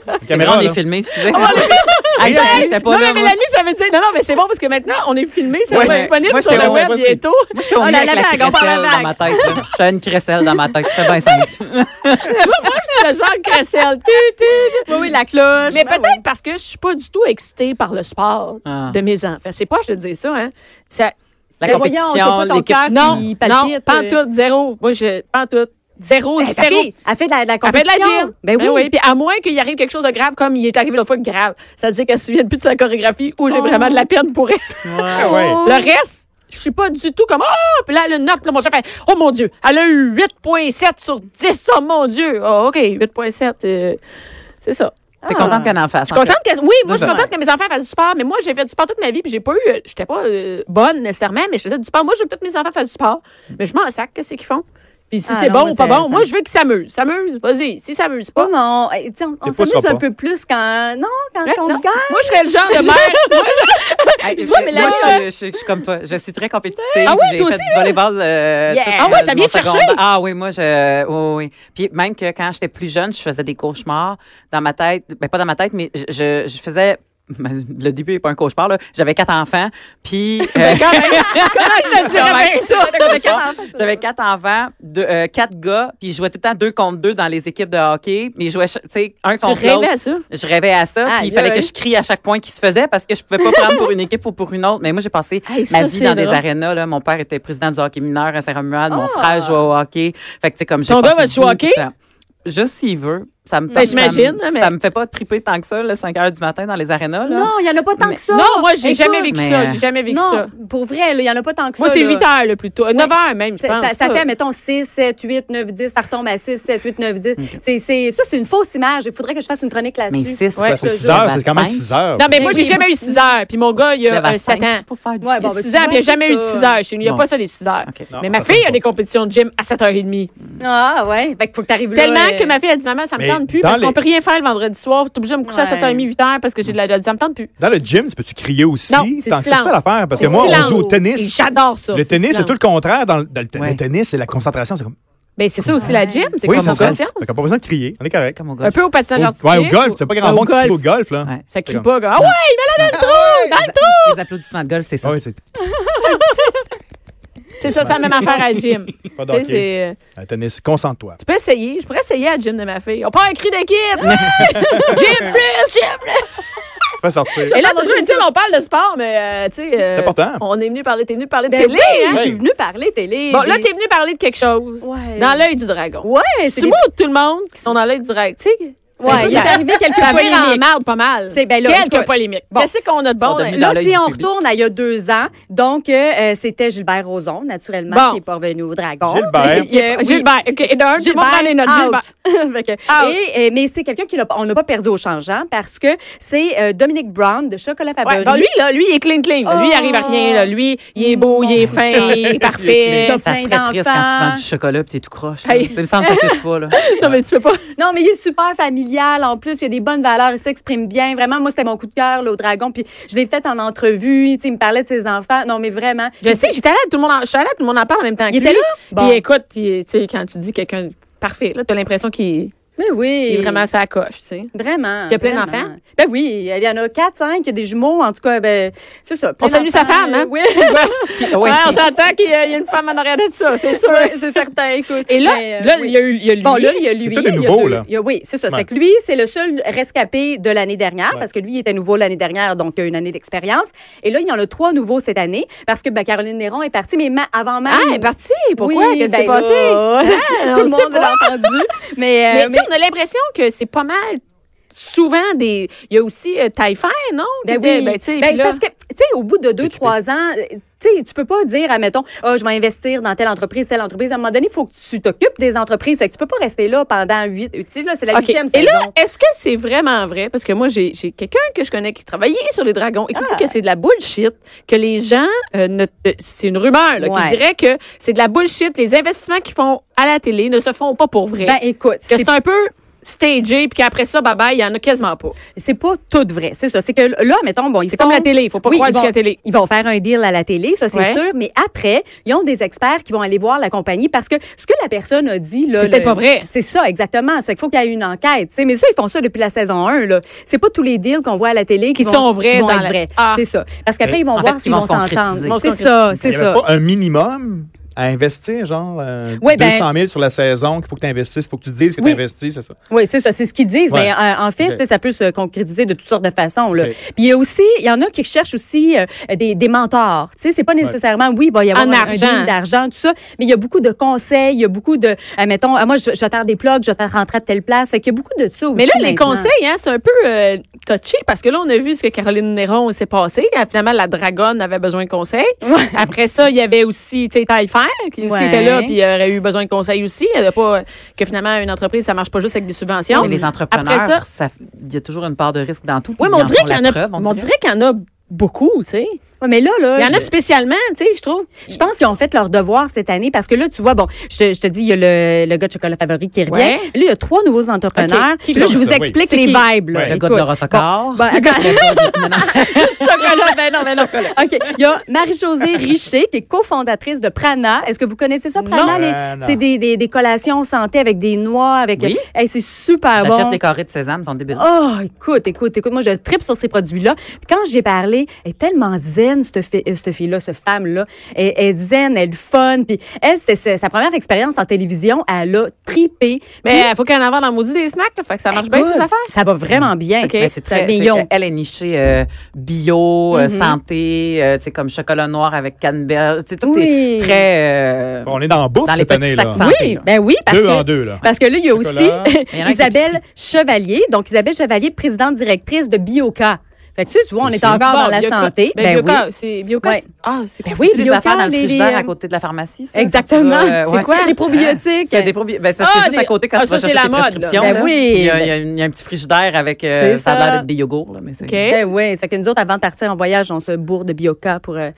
[SPEAKER 4] La
[SPEAKER 3] C'est
[SPEAKER 4] caméra,
[SPEAKER 3] vrai, on
[SPEAKER 4] là.
[SPEAKER 3] est filmé, excusez. Ah, je- J'étais pas
[SPEAKER 1] Ben, non,
[SPEAKER 3] là.
[SPEAKER 1] mais
[SPEAKER 3] moi.
[SPEAKER 1] Mélanie, ça veut dire. Non, non, mais c'est bon parce que maintenant, on est filmé, ça
[SPEAKER 4] Ouais.
[SPEAKER 1] va être disponible
[SPEAKER 3] Moi,
[SPEAKER 1] sur
[SPEAKER 3] j'étais
[SPEAKER 1] le
[SPEAKER 3] au-
[SPEAKER 1] web
[SPEAKER 4] moi, c'est-
[SPEAKER 1] bientôt.
[SPEAKER 3] J'étais au
[SPEAKER 2] Oh,
[SPEAKER 3] milieu
[SPEAKER 2] la
[SPEAKER 3] avec la
[SPEAKER 2] vague, on parle
[SPEAKER 3] crécelle
[SPEAKER 2] de
[SPEAKER 3] dans ma tête. là. J'avais une crécelle dans ma tête. C'était bien simple.
[SPEAKER 1] Ben, Le genre Cressel. Tu, tu, tu.
[SPEAKER 2] Oui, oui, la cloche.
[SPEAKER 1] Mais
[SPEAKER 2] Ben oui.
[SPEAKER 1] peut-être parce que je suis pas du tout excitée par le sport
[SPEAKER 3] Ah.
[SPEAKER 1] de mes enfants. C'est pas, je te dis ça, hein. Ça-
[SPEAKER 3] La
[SPEAKER 2] Ben voyons, t'as pas
[SPEAKER 3] compétition,
[SPEAKER 2] ton
[SPEAKER 3] l'équipe.
[SPEAKER 2] cœur
[SPEAKER 1] non,
[SPEAKER 2] qui
[SPEAKER 1] non,
[SPEAKER 2] palpite.
[SPEAKER 1] pas en tout, zéro. Moi, je, pas en tout. Zéro,
[SPEAKER 2] Ben, ta
[SPEAKER 1] zéro.
[SPEAKER 2] fille, Elle fait de la, de la
[SPEAKER 1] Elle fait de la
[SPEAKER 2] compétition.
[SPEAKER 1] gym. Ben oui. Puis à moins qu'il arrive quelque chose de grave, comme il est arrivé l'autre fois, grave. Ça veut dire qu'elle se souvient plus de sa chorégraphie ou j'ai
[SPEAKER 2] Oh.
[SPEAKER 1] vraiment de la peine pour elle.
[SPEAKER 4] Ah, ouais.
[SPEAKER 1] Le reste, je suis pas du tout comme oh, puis là le note là, mon chef fait oh mon dieu, elle a Ah, eu 8.7 sur 10. Oh mon dieu. Oh OK, 8.7 euh, c'est ça.
[SPEAKER 3] T'es contente qu'elle en fasse.
[SPEAKER 1] Je suis contente que, oui, moi, je suis
[SPEAKER 3] Déjà.
[SPEAKER 1] contente que mes enfants fassent du sport, mais moi, j'ai fait du sport toute ma vie, puis j'ai pas eu, j'étais pas euh, bonne nécessairement, mais je faisais du sport. Moi, je veux que tous mes enfants fassent du sport. Mais je m'en sac, qu'est-ce qu'ils font? Puis si
[SPEAKER 2] Ah,
[SPEAKER 1] c'est
[SPEAKER 2] non,
[SPEAKER 1] bon
[SPEAKER 2] mais
[SPEAKER 1] ou pas
[SPEAKER 2] c'est-
[SPEAKER 1] bon,
[SPEAKER 2] ça-
[SPEAKER 1] moi, je veux qu'ils s'amusent. S'amusent, vas-y. S'ils s'amusent
[SPEAKER 2] Ouais,
[SPEAKER 1] pas,
[SPEAKER 2] mais on, eh, tu sais, on- on
[SPEAKER 4] Des fois,
[SPEAKER 2] s'amuse
[SPEAKER 4] ça
[SPEAKER 2] un
[SPEAKER 4] va.
[SPEAKER 2] peu plus quand, non, quand
[SPEAKER 1] hein,
[SPEAKER 2] on
[SPEAKER 1] non.
[SPEAKER 2] gagne.
[SPEAKER 1] moi, je serais le genre de mère. moi, je- je vois, mais
[SPEAKER 3] moi,
[SPEAKER 1] là,
[SPEAKER 3] je, je- je suis comme toi. Je suis très compétitive.
[SPEAKER 1] Ah oui,
[SPEAKER 3] J'ai
[SPEAKER 1] toi
[SPEAKER 3] fait
[SPEAKER 1] aussi,
[SPEAKER 3] du volleyball. euh,
[SPEAKER 2] Yeah.
[SPEAKER 3] toute,
[SPEAKER 2] Ah
[SPEAKER 1] ouais,
[SPEAKER 3] euh,
[SPEAKER 1] ça
[SPEAKER 3] mon
[SPEAKER 1] vient te chercher.
[SPEAKER 3] secondaire. Ah oui, moi, je. Oui, oui. Puis même que quand j'étais plus jeune, je faisais des cauchemars dans ma tête. Ben, pas dans ma tête, mais je, je, je faisais. Le début n'est pas un cauchemar, là. J'avais quatre enfants. Puis. euh,
[SPEAKER 1] quand même, comment je le dirais bien ça?
[SPEAKER 3] J'avais quatre enfants. J'avais quatre enfants, deux- euh, quatre gars, puis je jouais tout le temps deux contre deux dans les équipes de hockey, mais je jouais, ch- tu sais, un
[SPEAKER 1] Tu
[SPEAKER 3] contre l'autre.
[SPEAKER 1] rêvais à ça?
[SPEAKER 3] Je rêvais à ça, puis
[SPEAKER 2] Aïe,
[SPEAKER 3] il fallait
[SPEAKER 2] aïe.
[SPEAKER 3] que je crie à chaque point qui se faisait parce que je pouvais pas prendre pour une équipe ou pour une autre. Mais moi, j'ai passé
[SPEAKER 1] Hey, ça,
[SPEAKER 3] ma vie
[SPEAKER 1] c'est
[SPEAKER 3] dans des
[SPEAKER 1] drôle.
[SPEAKER 3] arénas. Là. Mon père était président du hockey mineur à Saint-Romuald. Mon
[SPEAKER 2] Ah.
[SPEAKER 3] frère jouait au hockey. Fait que, tu sais, comme j'ai
[SPEAKER 1] Ton gars
[SPEAKER 3] passé
[SPEAKER 1] va jouer au
[SPEAKER 3] beaucoup
[SPEAKER 1] hockey?
[SPEAKER 3] de temps. Juste s'il veut. Ça me,
[SPEAKER 1] Ben,
[SPEAKER 3] ça me-
[SPEAKER 1] j'imagine, hein, mais-
[SPEAKER 3] ça me fait pas triper tant que ça, le 5 heures du matin dans les arénas. Là.
[SPEAKER 2] Non, il n'y en a pas tant
[SPEAKER 3] Mais-
[SPEAKER 2] que ça.
[SPEAKER 1] Non, moi, j'ai
[SPEAKER 2] Écoute,
[SPEAKER 1] jamais vécu
[SPEAKER 3] Mais,
[SPEAKER 1] ça.
[SPEAKER 3] euh,
[SPEAKER 1] J'ai jamais vécu
[SPEAKER 2] non,
[SPEAKER 1] ça.
[SPEAKER 2] pour vrai, il n'y en a pas tant que
[SPEAKER 1] Moi,
[SPEAKER 2] ça.
[SPEAKER 1] c'est
[SPEAKER 2] là.
[SPEAKER 1] 8 heures, le plus tôt. 9
[SPEAKER 2] Ouais.
[SPEAKER 1] heures, même, je
[SPEAKER 2] Ça,
[SPEAKER 1] pense.
[SPEAKER 2] ça- ça fait, mettons, 6, 7, 8, 9, 10. Ça retombe à 6, 7, 8, 9, 10. C'est, c'est, ça, c'est une fausse image. Il faudrait que je fasse une chronique là-dessus.
[SPEAKER 3] Mais six,
[SPEAKER 4] Ça, c'est 6 heures, c'est quand même 6 heures.
[SPEAKER 1] bah, Non, mais moi, j'ai
[SPEAKER 2] Mais-
[SPEAKER 1] jamais eu 6 heures. Puis mon gars, il
[SPEAKER 3] Il
[SPEAKER 1] a euh, 7 ans.
[SPEAKER 3] Pour faire du
[SPEAKER 2] Ouais,
[SPEAKER 3] six.
[SPEAKER 2] bon, ben, tu
[SPEAKER 1] 6 ans, puis il
[SPEAKER 2] vois,
[SPEAKER 1] n'a jamais eu de
[SPEAKER 2] c'est
[SPEAKER 1] 6
[SPEAKER 2] ça.
[SPEAKER 1] heures chez nous. Il n'y a
[SPEAKER 3] Non.
[SPEAKER 1] pas ça, les 6 heures.
[SPEAKER 3] OK.
[SPEAKER 4] Non,
[SPEAKER 1] Mais ma
[SPEAKER 4] ça
[SPEAKER 1] fille
[SPEAKER 4] sonne
[SPEAKER 1] a des
[SPEAKER 4] pas.
[SPEAKER 1] compétitions de gym à 7h30.
[SPEAKER 2] Ah, ouais. Fait qu'il faut que tu arrives là.
[SPEAKER 1] Tellement
[SPEAKER 2] euh,
[SPEAKER 1] que ma fille a dit Maman, ça me
[SPEAKER 4] Mais
[SPEAKER 1] tente plus
[SPEAKER 4] dans
[SPEAKER 1] parce
[SPEAKER 4] les-
[SPEAKER 1] qu'on peut rien faire le vendredi soir. T'es obligé de me coucher
[SPEAKER 2] Ouais.
[SPEAKER 1] à 7h30, 8h parce que j'ai de la elle dit, Ça me tente plus.
[SPEAKER 4] Dans le gym, tu peux-tu crier aussi?
[SPEAKER 1] Non, c'est
[SPEAKER 4] Tant que c'est
[SPEAKER 1] silence.
[SPEAKER 4] ça l'affaire. Parce
[SPEAKER 1] C'est
[SPEAKER 4] que moi,
[SPEAKER 1] silence.
[SPEAKER 4] on joue au
[SPEAKER 1] Et
[SPEAKER 4] tennis.
[SPEAKER 1] J'adore ça.
[SPEAKER 4] Le tennis, c'est
[SPEAKER 1] silence.
[SPEAKER 4] tout le contraire. Dans le, dans le te-
[SPEAKER 3] Ouais.
[SPEAKER 4] le tennis, c'est la concentration. C'est comme,
[SPEAKER 1] Ben, c'est ça aussi la gym. C'est
[SPEAKER 4] oui,
[SPEAKER 1] comme
[SPEAKER 4] c'est
[SPEAKER 1] on
[SPEAKER 4] ça.
[SPEAKER 1] patient.
[SPEAKER 4] Fait qu'on a pas besoin de crier. On est correct.
[SPEAKER 3] Comme au golf.
[SPEAKER 1] Un peu au patinage
[SPEAKER 4] Au,
[SPEAKER 1] artistique.
[SPEAKER 4] ouais, au golf, c'est pas grand
[SPEAKER 1] Ouais, au
[SPEAKER 4] monde qui crie au
[SPEAKER 1] golf.
[SPEAKER 4] golf, là.
[SPEAKER 3] Ouais.
[SPEAKER 1] Ça crie
[SPEAKER 4] comme-
[SPEAKER 1] pas. comme, Ah ouais, il met la dans le trou! Dans le trou!
[SPEAKER 3] Les applaudissements de golf, c'est ça.
[SPEAKER 4] Ah oui, c'est
[SPEAKER 1] C'est ça, c'est la même affaire à la gym.
[SPEAKER 4] pas
[SPEAKER 1] Tu sais,
[SPEAKER 4] d'hockey.
[SPEAKER 1] c'est. euh,
[SPEAKER 4] Le Euh, tennis, concentre-toi.
[SPEAKER 1] Tu peux essayer. Je pourrais essayer à la gym de ma fille. On part un cri d'équipe. Ouais! gym plus, gym plus.
[SPEAKER 4] Fais sortir.
[SPEAKER 1] Et là, mon Dieu, tu sais, on parle de sport, mais euh, tu sais. euh,
[SPEAKER 4] C'est important.
[SPEAKER 1] On est venu parler, t'es venu parler de
[SPEAKER 2] Ben
[SPEAKER 1] télé.
[SPEAKER 2] oui, hein,
[SPEAKER 1] hein?
[SPEAKER 2] j'ai venu parler télé.
[SPEAKER 1] Bon, là,
[SPEAKER 2] Des-
[SPEAKER 1] t'es venu parler de quelque chose.
[SPEAKER 2] Ouais.
[SPEAKER 1] Dans l'œil du dragon.
[SPEAKER 2] Ouais, c'est
[SPEAKER 1] C'est
[SPEAKER 2] des-
[SPEAKER 1] mot de tout le monde qui sont dans l'œil du dragon. Tu sais.
[SPEAKER 2] Ouais, il est arrivé quelques
[SPEAKER 1] Ça vire en
[SPEAKER 2] polémiques.
[SPEAKER 1] marde pas mal.
[SPEAKER 2] C'est- ben là,
[SPEAKER 1] quelques
[SPEAKER 2] écoute.
[SPEAKER 1] polémiques.
[SPEAKER 2] Bon.
[SPEAKER 1] Qu'est-ce qu'on a de bon?
[SPEAKER 3] Ils sont
[SPEAKER 1] hein? Là,
[SPEAKER 3] devenus
[SPEAKER 2] Là,
[SPEAKER 3] dans l'œil
[SPEAKER 2] si
[SPEAKER 3] du
[SPEAKER 2] on
[SPEAKER 3] public.
[SPEAKER 2] retourne à il y a deux ans, donc euh, c'était Gilbert Rozon, naturellement,
[SPEAKER 1] Bon.
[SPEAKER 2] qui est pas revenu au Dragon.
[SPEAKER 4] Gilbert.
[SPEAKER 2] Il y a- oui.
[SPEAKER 1] Gilbert. OK, et d'un, j'ai pas parlé de notre Gilbert.
[SPEAKER 2] out. Fait que-
[SPEAKER 1] Out.
[SPEAKER 2] Et, euh, mais c'est quelqu'un qui l'a- on n'a pas perdu au changeant parce que c'est euh, Dominique Brown de Chocolat Favori.
[SPEAKER 1] Ouais, bon, Ah, ben lui, là, lui, il est clean, clean. là. Lui, il arrive à rien. Là. Lui, il est beau, il est fin, Oh. il est parfait.
[SPEAKER 2] clean.
[SPEAKER 3] Ça
[SPEAKER 2] plein
[SPEAKER 3] serait triste
[SPEAKER 2] d'enfants.
[SPEAKER 3] quand tu vends du chocolat puis t'es tout croche.
[SPEAKER 1] Hey.
[SPEAKER 3] Ça me semble que ça fait pas, là.
[SPEAKER 1] Non, mais tu peux pas.
[SPEAKER 2] Non, mais il est super familial. En plus, il a des bonnes valeurs. Il s'exprime bien. Vraiment, moi, c'était mon coup de cœur, là, au Dragon. Puis je l'ai fait en entrevue. Tu sais, il me parlait de ses enfants. Non, mais vraiment.
[SPEAKER 1] Je sais, j'étais là, tout le monde en, j'étais allée, tout le monde en parle en même temps. que
[SPEAKER 2] Il était
[SPEAKER 1] lui.
[SPEAKER 2] là? Bon.
[SPEAKER 1] Puis écoute, il- tu sais, quand tu dis quelqu'un de parfait, là, t'as l'impression qu'il est-
[SPEAKER 2] Mais oui.
[SPEAKER 1] il est vraiment à sa coche, tu sais.
[SPEAKER 2] Vraiment.
[SPEAKER 1] Il y a plein
[SPEAKER 2] vraiment.
[SPEAKER 1] d'enfants?
[SPEAKER 2] Ben oui, il y en a quatre, cinq, il y a des jumeaux, en tout cas, ben, c'est ça. plein
[SPEAKER 1] On salue sa
[SPEAKER 2] d'enfants,
[SPEAKER 1] femme,
[SPEAKER 2] euh,
[SPEAKER 1] hein?
[SPEAKER 2] Oui,
[SPEAKER 3] Ah
[SPEAKER 1] Ouais,
[SPEAKER 3] Ouais.
[SPEAKER 1] on s'entend qu'il y a il y a une femme en arrière de ça, c'est sûr.
[SPEAKER 2] ouais, c'est certain, écoute.
[SPEAKER 1] Et là,
[SPEAKER 2] Mais, euh,
[SPEAKER 1] là,
[SPEAKER 2] oui.
[SPEAKER 1] il y a eu, il y a lui.
[SPEAKER 2] Bon, là, il y a lui.
[SPEAKER 4] tout des
[SPEAKER 2] il y a
[SPEAKER 4] nouveaux,
[SPEAKER 2] deux-
[SPEAKER 4] là.
[SPEAKER 2] il y a- oui, c'est ça.
[SPEAKER 4] Ouais.
[SPEAKER 2] C'est que lui, c'est le seul rescapé de l'année dernière, parce que lui, il était nouveau l'année dernière, donc il a une année d'expérience. Et là, il y en a trois nouveaux cette année, parce que ben, Caroline Néron est partie, mais ma- avant même.
[SPEAKER 1] Ah, elle est partie. Pourquoi?
[SPEAKER 2] Oui,
[SPEAKER 1] Qu'est-ce qui s'est
[SPEAKER 2] ben
[SPEAKER 1] passé? Ah,
[SPEAKER 2] là, Tout
[SPEAKER 1] on sait
[SPEAKER 2] le monde
[SPEAKER 1] pas.
[SPEAKER 2] l'a entendu. Mais, euh,
[SPEAKER 1] Mais, tu
[SPEAKER 2] mais-
[SPEAKER 1] sais, on a l'impression que c'est pas mal souvent des. Il y a aussi euh, Taillefer, non?
[SPEAKER 2] Ben
[SPEAKER 1] Qui
[SPEAKER 2] oui.
[SPEAKER 1] était- tu
[SPEAKER 2] Ben,
[SPEAKER 1] sais,
[SPEAKER 2] c'est
[SPEAKER 1] puis là-
[SPEAKER 2] parce que, tu sais, au bout de deux, trois ans, euh, tu sais, tu peux pas dire, admettons, ah, je vais investir dans telle entreprise, telle entreprise. À un moment donné, il faut que tu t'occupes des entreprises. Fait que tu peux pas rester là pendant huit, tu sais, là, c'est la
[SPEAKER 1] OK.
[SPEAKER 2] huitième
[SPEAKER 1] Et là,
[SPEAKER 2] saison.
[SPEAKER 1] est-ce que c'est vraiment vrai? Parce que moi, j'ai j'ai quelqu'un que je connais qui travaillait sur les dragons et qui
[SPEAKER 2] Ah.
[SPEAKER 1] dit que c'est de la bullshit, que les gens, euh, ne- euh, c'est une rumeur, là,
[SPEAKER 2] Ouais.
[SPEAKER 1] qui dirait que c'est de la bullshit, les investissements qu'ils font à la télé ne se font pas pour vrai.
[SPEAKER 2] Ben, écoute,
[SPEAKER 1] que
[SPEAKER 2] c'est
[SPEAKER 1] c'est un peu stagé, puis qu'après ça, bye bye, il y en a quasiment pas.
[SPEAKER 2] c'est pas tout vrai. C'est ça. C'est que là, mettons, bon, ils
[SPEAKER 1] C'est comme
[SPEAKER 2] font-
[SPEAKER 1] la télé, faut pas
[SPEAKER 2] Oui,
[SPEAKER 1] croire
[SPEAKER 2] ils
[SPEAKER 1] du
[SPEAKER 2] vont-
[SPEAKER 1] qu'à la télé.
[SPEAKER 2] Ils vont faire un deal à la télé, ça, c'est
[SPEAKER 1] Ouais.
[SPEAKER 2] sûr. Mais après, ils ont des experts qui vont aller voir la compagnie parce que ce que la personne a dit, là.
[SPEAKER 1] C'est peut-être
[SPEAKER 2] le-
[SPEAKER 1] pas vrai.
[SPEAKER 2] C'est ça, exactement. C'est qu'il faut qu'il y ait une enquête. tu sais. Mais ça, ils font ça depuis la saison 1, là. C'est pas tous les deals qu'on voit à la télé qui
[SPEAKER 1] Qui
[SPEAKER 2] vont-
[SPEAKER 1] sont vrais
[SPEAKER 2] qui vont
[SPEAKER 1] dans
[SPEAKER 2] être
[SPEAKER 1] la-
[SPEAKER 2] vrais.
[SPEAKER 1] Ah.
[SPEAKER 2] C'est ça. Parce qu'après,
[SPEAKER 4] Et
[SPEAKER 2] ils vont
[SPEAKER 3] en
[SPEAKER 2] voir
[SPEAKER 3] fait,
[SPEAKER 2] s'ils
[SPEAKER 3] ils
[SPEAKER 2] vont
[SPEAKER 3] vont se
[SPEAKER 2] s'entendre.
[SPEAKER 3] concrétiser.
[SPEAKER 2] C'est ça, c'est
[SPEAKER 4] Il n'y avait
[SPEAKER 2] ça.
[SPEAKER 4] pas un minimum à investir, genre euh,
[SPEAKER 2] Ouais, ben-
[SPEAKER 4] 200 000 sur la saison qu'il faut que tu investisses, il faut que tu dises que
[SPEAKER 2] Oui.
[SPEAKER 4] tu investis, c'est ça.
[SPEAKER 2] Oui, c'est ça, c'est ce qu'ils disent.
[SPEAKER 4] Ouais.
[SPEAKER 2] Mais euh, en fait,
[SPEAKER 4] Ok.
[SPEAKER 2] tu sais, ça peut se concrétiser de toutes sortes de façons. Là.
[SPEAKER 4] Ok.
[SPEAKER 2] Puis il y a aussi, il y en a qui cherchent aussi euh, des, des mentors. Tu sais, c'est pas nécessairement, oui, il va y avoir
[SPEAKER 1] En
[SPEAKER 2] un, un
[SPEAKER 1] argent.
[SPEAKER 2] deal d'argent, tout ça, mais il y a beaucoup de conseils, il y a beaucoup de, euh, mettons, ah, moi, je, je vais faire des plugs, je vais faire rentrer à telle place. Fait qu'il y a beaucoup de ça aussi.
[SPEAKER 1] Mais là, les
[SPEAKER 2] maintenant.
[SPEAKER 1] conseils, hein, c'est un peu euh, touché parce que là, on a vu ce que Caroline Ah, Néron s'est passé. Finalement, la dragonne avait besoin de conseils. Après ça, il y avait aussi, tu sais, Taillefer qui
[SPEAKER 2] Ouais.
[SPEAKER 1] aussi était là, puis elle aurait eu besoin de conseils aussi. Elle a pas, que finalement, une entreprise, ça marche pas juste avec des subventions.
[SPEAKER 3] Mais les
[SPEAKER 1] Après ça-
[SPEAKER 3] entrepreneurs, ça- il y a toujours une part de risque dans tout.
[SPEAKER 1] Oui,
[SPEAKER 3] puis
[SPEAKER 1] mais on
[SPEAKER 3] ils en
[SPEAKER 1] dirait
[SPEAKER 3] font
[SPEAKER 1] qu'il y en
[SPEAKER 3] la
[SPEAKER 1] a,
[SPEAKER 3] preuve, on
[SPEAKER 1] mais on
[SPEAKER 3] dirait.
[SPEAKER 1] dirait qu'il y en a beaucoup, tu sais.
[SPEAKER 2] Ouais, mais là, là,
[SPEAKER 1] Il y en a
[SPEAKER 2] je-
[SPEAKER 1] spécialement, tu sais, je trouve.
[SPEAKER 2] Je pense qu'ils ont fait leur devoir cette année parce que là, tu vois, bon, je, te- je te dis, il y a le, le gars de chocolat favori qui revient.
[SPEAKER 1] Ouais.
[SPEAKER 2] Là, il y a trois nouveaux entrepreneurs.
[SPEAKER 1] Ok. Qui
[SPEAKER 2] Là,
[SPEAKER 4] sont
[SPEAKER 2] je vous
[SPEAKER 4] ça, oui.
[SPEAKER 2] explique
[SPEAKER 1] C'est
[SPEAKER 2] les
[SPEAKER 1] qui?
[SPEAKER 2] vibes. là.
[SPEAKER 3] Le gars
[SPEAKER 4] Ouais.
[SPEAKER 3] de
[SPEAKER 2] Écoute,
[SPEAKER 1] bah,
[SPEAKER 3] Laura Socard.
[SPEAKER 2] bon, Bah, attends. Juste chocolat, ben non, ben non. OK. Il y a Marie-Josée Richer, qui est cofondatrice de Prana. Est-ce que vous connaissez ça, Prana?
[SPEAKER 4] Non.
[SPEAKER 2] les-
[SPEAKER 4] Euh, non.
[SPEAKER 2] c'est des, des, des collations santé avec des noix, avec.
[SPEAKER 3] Oui.
[SPEAKER 2] Hey, c'est super
[SPEAKER 3] J'achète
[SPEAKER 2] bon.
[SPEAKER 3] des carrés de sésame, ils sont débiles.
[SPEAKER 2] Oh, écoute, écoute, écoute. Moi, je tripe sur ces produits-là. Puis Quand j'ai parlé, elle est tellement zen, cette, fi- euh, cette fille-là, cette femme-là. Elle, elle est zen, elle est fun. Puis elle, c'était sa- sa première expérience en télévision. Elle a tripé.
[SPEAKER 1] Mais il faut qu'il y en ait dans maudit des snacks, là, fait que ça marche bien ces affaires.
[SPEAKER 2] Ça va vraiment bien. Ben,
[SPEAKER 1] OK.
[SPEAKER 3] Mais c'est
[SPEAKER 2] Ça-
[SPEAKER 3] très,
[SPEAKER 2] mais
[SPEAKER 3] c'est-
[SPEAKER 2] ils ont-
[SPEAKER 3] elle est nichée euh, bio,
[SPEAKER 1] Mhm.
[SPEAKER 3] euh, santé, euh, tu sais, comme chocolat noir avec canneberge. Tu sais, tout
[SPEAKER 2] Oui.
[SPEAKER 3] est très... euh,
[SPEAKER 4] On est dans la bouffe
[SPEAKER 3] Dans les
[SPEAKER 4] cette
[SPEAKER 3] petits
[SPEAKER 4] année. là.
[SPEAKER 3] sacs sans-
[SPEAKER 2] Oui, ben oui, parce
[SPEAKER 4] Deux
[SPEAKER 2] que
[SPEAKER 4] en deux, là.
[SPEAKER 2] parce que là il y a aussi
[SPEAKER 4] Chocolat.
[SPEAKER 3] Il y en a qui
[SPEAKER 2] Isabelle Chevalier, donc Isabelle Chevalier, présidente directrice de Bioca. Fait que tu sais, tu vois, on est encore dans la santé.
[SPEAKER 1] Ben,
[SPEAKER 2] Ben oui.
[SPEAKER 1] Bioca, c'est Bioca.
[SPEAKER 2] Ouais.
[SPEAKER 1] c'est- Ah, c'est quoi
[SPEAKER 2] Ben
[SPEAKER 1] ça?
[SPEAKER 2] oui,
[SPEAKER 3] c'est des
[SPEAKER 2] Biocan,
[SPEAKER 3] affaires dans le
[SPEAKER 2] les-
[SPEAKER 3] frigidaire
[SPEAKER 2] les,
[SPEAKER 3] à côté de la pharmacie. ça,
[SPEAKER 2] Exactement.
[SPEAKER 3] quand tu vas, euh,
[SPEAKER 2] C'est
[SPEAKER 3] ouais.
[SPEAKER 2] quoi? C'est des probiotiques.
[SPEAKER 3] C'est des probiotiques. Ben, c'est parce que
[SPEAKER 1] Ah,
[SPEAKER 3] c'est juste
[SPEAKER 1] des-
[SPEAKER 3] à côté quand
[SPEAKER 1] ah,
[SPEAKER 3] tu vas
[SPEAKER 1] ça, c'est
[SPEAKER 3] chercher
[SPEAKER 1] la
[SPEAKER 3] tes
[SPEAKER 1] mode, là.
[SPEAKER 3] prescriptions.
[SPEAKER 2] Ben
[SPEAKER 3] là.
[SPEAKER 2] oui.
[SPEAKER 3] Il y, a, il y a une- il y a un petit frigidaire avec. euh,
[SPEAKER 2] C'est
[SPEAKER 3] ça a
[SPEAKER 2] ça.
[SPEAKER 3] l'air d'être des yogourts. Là, mais c'est-
[SPEAKER 1] OK.
[SPEAKER 2] Ben oui, ça fait que nous autres, avant de partir en voyage, on se bourre de Bioca pour euh,